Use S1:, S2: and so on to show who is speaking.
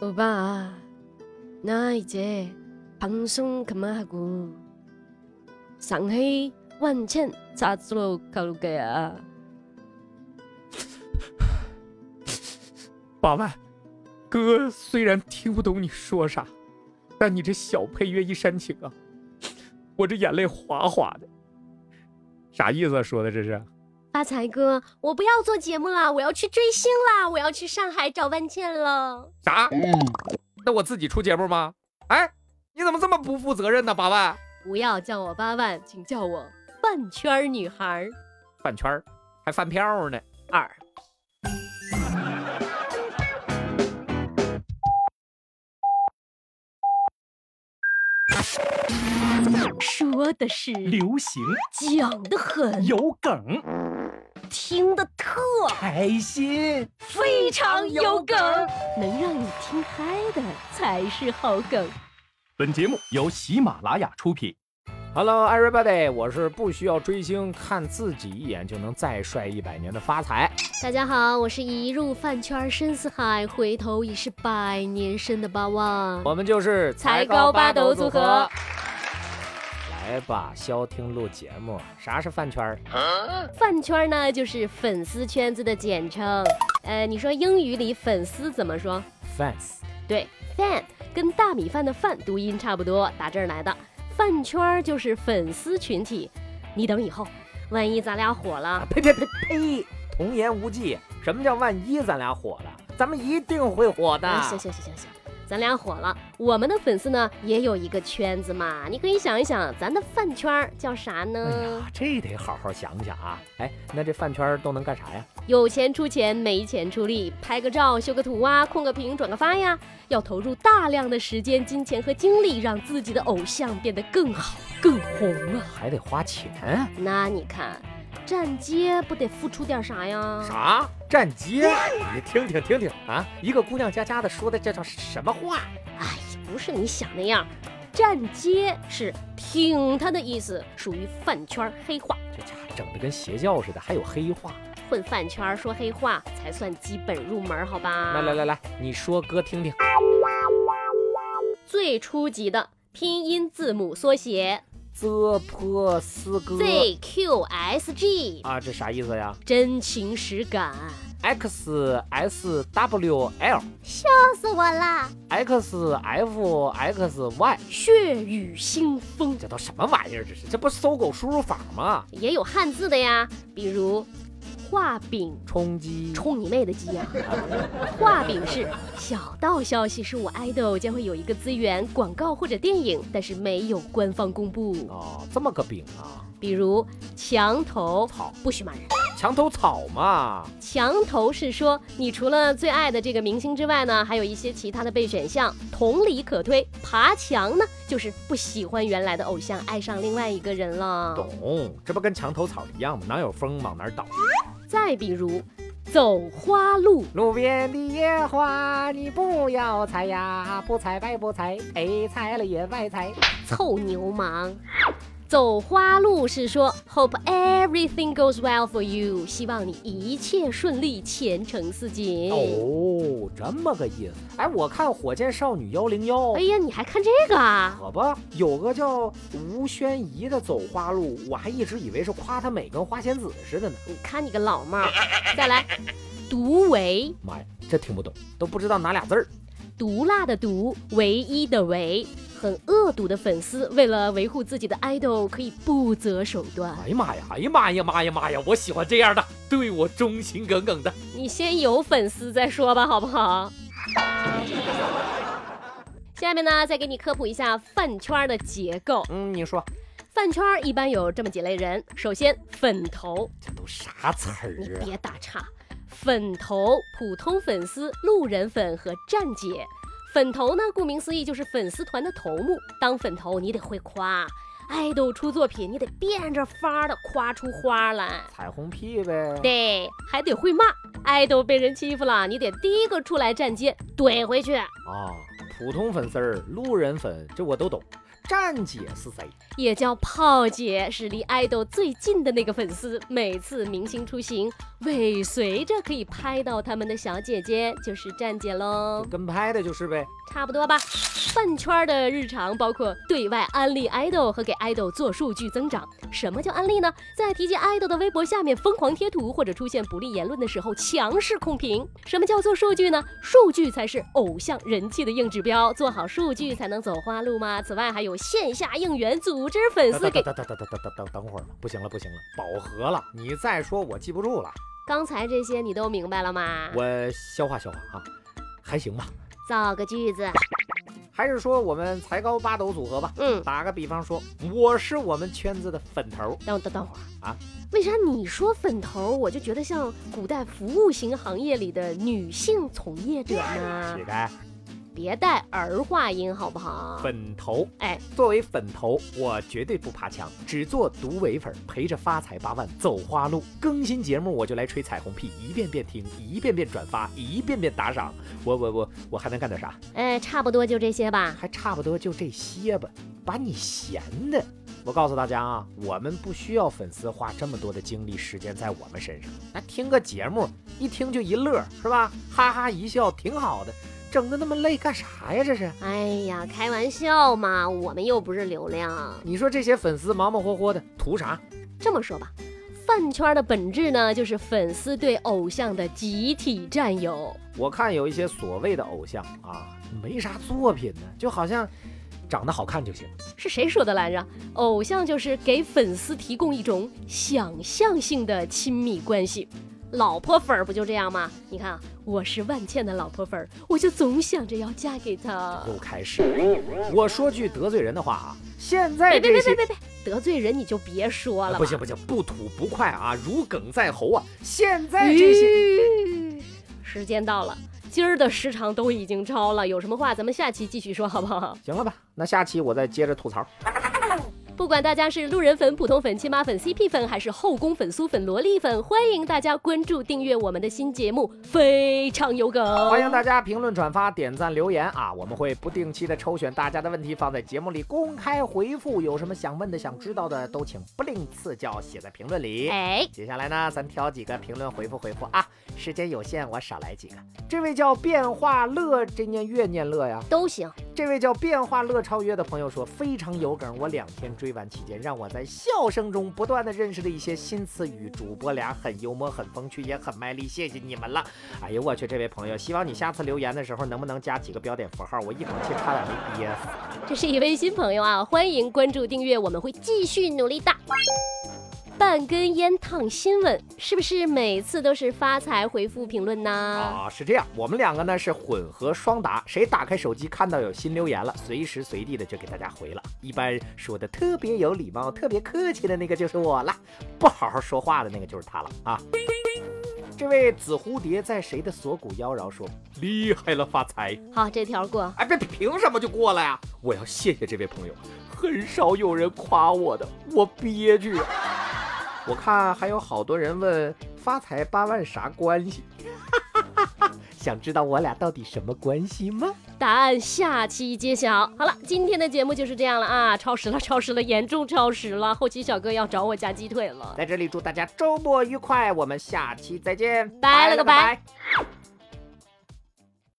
S1: 오빠, 나 이제 방송 그만하고 상해 완전 자주로 갈 거야.
S2: 八万，哥虽然听不懂你说啥，但你这小配乐一煽情啊， 我这眼泪哗哗的。啥意思、啊、说的这是？
S3: 发财哥，我不要做节目啦，我要去追星啦，我要去上海找万茜了。
S2: 啥？那我自己出节目吗？哎，你怎么这么不负责任呢？八万，
S3: 不要叫我八万，请叫我饭圈儿女孩儿
S2: 饭圈儿还饭票呢。
S3: 二。说的是，
S4: 流行
S3: 讲的很，
S4: 有梗，
S3: 听的特
S4: 开心。
S3: 非常有梗，能让你听嗨的才是好梗。
S4: 本节目由喜马拉雅出品。
S2: Hello everybody，我是不需要追星，看自己一眼就能再帅一百年的发财。
S3: 大家好，我是一入饭圈儿深似海，回头已是百年身的八万。
S2: 我们就是
S3: 才高八斗组合。
S2: 来吧，消停录节目。啥是饭圈儿？
S3: 饭圈儿呢，就是粉丝圈子的简称。呃，你说英语里粉丝怎么说？
S2: fans。
S3: 对，fan 跟大米饭的饭读音差不多，打这儿来的。饭圈儿就是粉丝群体。你等以后，万一咱俩火了，
S2: 啊呸呸呸呸！童言无忌。什么叫万一咱俩火了？咱们一定会火的。
S3: 哎行行行行行，咱俩火了，我们的粉丝呢也有一个圈子嘛。你可以想一想，咱的饭圈儿叫啥
S2: 哎
S3: 呢？
S2: 呀，这得好好想想啊！哎，那这饭圈儿都能干啥呀？
S3: 有钱出钱，没钱出力，拍个照、修个图啊，控个屏、转个发呀，要投入大量的时间、金钱和精力，让自己的偶像变得更好、更红啊。
S2: 还得花钱。
S3: 那你看，站街不得付出点啥呀？
S2: 啥？站街？你听听听听啊！一个姑娘家家的说的这叫什么话？
S3: 哎，不是你想那样，站街是挺他的意思，属于饭圈黑话，
S2: 这家伙整的跟邪教似的，还有黑话。
S3: 混饭圈说黑话才算基本入门，好吧？
S2: 来来来来，你说哥听听。
S3: 最初级的拼音字母缩写
S2: z p s g
S3: ZQSG，、
S2: 啊，这啥意思呀
S3: 真情实感，
S2: ？x s w l
S3: 笑死我啦！
S2: x f x y，
S3: 血雨腥风
S2: 这都什么玩意儿？这是这不是搜狗输入法吗？
S3: 也有汉字的呀，比如画饼
S2: 冲击
S3: 冲你妹的鸡呀、 画饼是小道消息，是我爱豆将会有一个资源广告或者电影，但是没有官方公布。
S2: 哦，这么个饼啊，
S3: 比如墙头
S2: 好，
S3: 不许骂人。
S2: 墙头草嘛。
S3: 墙头是说你除了最爱的这个明星之外呢，还有一些其他的备选项，同理可推。爬墙呢，就是不喜欢原来的偶像，爱上另外一个人了。
S2: 懂，这不跟墙头草一样吗？哪有风往哪儿倒。
S3: 再比如走花路，
S2: 路边的野花你不要采呀，不采白不采，哎，采了也白采。
S3: 凑牛忙。走花路是说 hope everything goes well for you，希望你一切顺利，前程似锦。
S2: 哦，这么个意思。哎，我看《火箭少女幺零幺》，
S3: 哎呀，你还看这个啊？
S2: 可吧，有个叫吴宣仪的走花路，我还一直以为是夸她美跟花仙子似的呢。
S3: 你看你个老帽儿。再来，独唯，
S2: 妈呀，这听不懂，都不知道哪俩字儿。
S3: 毒辣的毒，唯一的唯，很恶毒的粉丝，为了维护自己的 idol，可以不择手段。
S2: 哎呀妈呀，哎呀妈呀妈呀妈呀！我喜欢这样的，对我忠心耿耿的。
S3: 你先有粉丝再说吧，好不好？ 下面呢，再给你科普一下饭圈儿的结构。
S2: 嗯，你说
S3: 饭圈儿一般有这么几类人：首先，粉头，
S2: 这都啥词
S3: 你
S2: 儿啊？
S3: 别打岔，粉头、普通粉丝、路人粉和站姐。粉头呢，顾名思义就是粉丝团的头目。当粉头，你得会夸，爱豆出作品，你得变着法儿的夸出花来。
S2: 彩虹屁呗。
S3: 对，还得会骂，爱豆被人欺负了，你得第一个出来站街怼回去。
S2: 啊，普通粉丝儿、路人粉，这我都懂。站姐是谁？
S3: 也叫炮姐，是离爱豆最近的那个粉丝。每次明星出行，尾随着可以拍到他们的小姐姐就是站姐喽
S2: 就，跟拍的就是呗。
S3: 差不多吧。饭圈儿的日常包括对外安利爱豆和给爱豆做数据增长。什么叫安利呢？在提及爱豆的微博下面疯狂贴图或者出现不利言论的时候，强势控评。什么叫做数据呢？数据才是偶像人气的硬指标，做好数据才能走花路吗？此外还有线下应援，组织粉
S2: 等
S3: 丝
S2: 等
S3: 给
S2: 等等等等等等等等会儿吧，不行了不行了，饱和了，你再说我记不住了，
S3: 刚才这些你都明白了吗？
S2: 我消化消化啊，还行吧。
S3: 造个句子，
S2: 还是说我们才高八斗组合吧？
S3: 嗯，
S2: 打个比方说，我是我们圈子的粉头，
S3: 等等等会儿
S2: 啊，
S3: 为啥你说粉头，我就觉得像古代服务型行业里的女性从业者呢
S2: 乞？丐
S3: 别带儿化音好不好？
S2: 粉头。
S3: 哎，
S2: 作为粉头，我绝对不爬墙，只做独唯粉，陪着发财八万走花路。更新节目我就来吹彩虹屁，一遍遍听，一遍遍转发，一遍遍打赏。我我我我还能干点啥？
S3: 哎，差不多就这些吧。
S2: 还差不多就这些吧，把你闲的。我告诉大家啊，我们不需要粉丝花这么多的精力时间在我们身上，那听个节目一听就一乐，是吧？哈哈一笑挺好的，整的那么累干啥呀？这是？
S3: 哎呀，开玩笑嘛，我们又不是流量。
S2: 你说这些粉丝忙忙活活的图啥？
S3: 这么说吧，饭圈的本质呢，就是粉丝对偶像的集体占有。
S2: 我看有一些所谓的偶像啊，没啥作品呢，就好像长得好看就行。
S3: 是谁说的来着？偶像就是给粉丝提供一种想象性的亲密关系。老婆粉儿不就这样吗？你看啊，我是万茜的老婆粉儿，我就总想着要嫁给他。
S2: 又开始，我说句得罪人的话啊，现在
S3: 别别
S2: 这
S3: 别
S2: 些
S3: 别别别，得罪人你就别说了吧。
S2: 不行不行，不吐不快啊，如鲠在喉啊！现在这些，
S3: 吁时间到了，今儿的时长都已经超了，有什么话咱们下期继续说好不好？
S2: 行了吧？那下期我再接着吐槽。
S3: 不管大家是路人粉、普通粉、亲妈粉、CP 粉，还是后宫粉、苏粉、萝莉粉，欢迎大家关注订阅我们的新节目《非常有梗》。
S2: 欢迎大家评论、转发、点赞、留言啊！我们会不定期的抽选大家的问题，放在节目里公开回复。有什么想问的、想知道的，都请不吝赐教，写在评论里。
S3: 哎，
S2: 接下来呢，咱挑几个评论回复回复啊，时间有限，我少来几个。这位叫变化乐，这念月念乐呀。
S3: 都行，
S2: 这位叫变化乐超约的朋友说非常有梗，我两天追完期间，让我在笑声中不断的认识了一些新词语，主播俩很幽默，很风趣，也很卖力，谢谢你们了。哎呦我去，这位朋友，希望你下次留言的时候能不能加几个标点符号，我一口气差点没憋死。
S3: 这是一位新朋友啊，欢迎关注订阅，我们会继续努力的。半根烟烫新闻，是不是每次都是发财回复评论呢？
S2: 啊，是这样，我们两个呢是混合双答，谁打开手机看到有新留言了，随时随地的就给大家回了。一般说的特别有礼貌、特别客气的那个就是我了，不好好说话的那个就是他了啊。这位紫蝴蝶在谁的锁骨妖娆说：“厉害了，发财！
S3: 好，这条过。
S2: 哎，别凭什么就过了呀？我要谢谢这位朋友，很少有人夸我的，我憋屈啊。我看还有好多人问发财八万啥关系， 想知道我俩到底什么关系吗？
S3: 答案下期揭晓。好了，今天的节目就是这样了啊，超时了，超时了，严重超时了，后期小哥要找我夹鸡腿了。
S2: 在这里祝大家周末愉快，我们下期再见，
S3: 拜了个拜。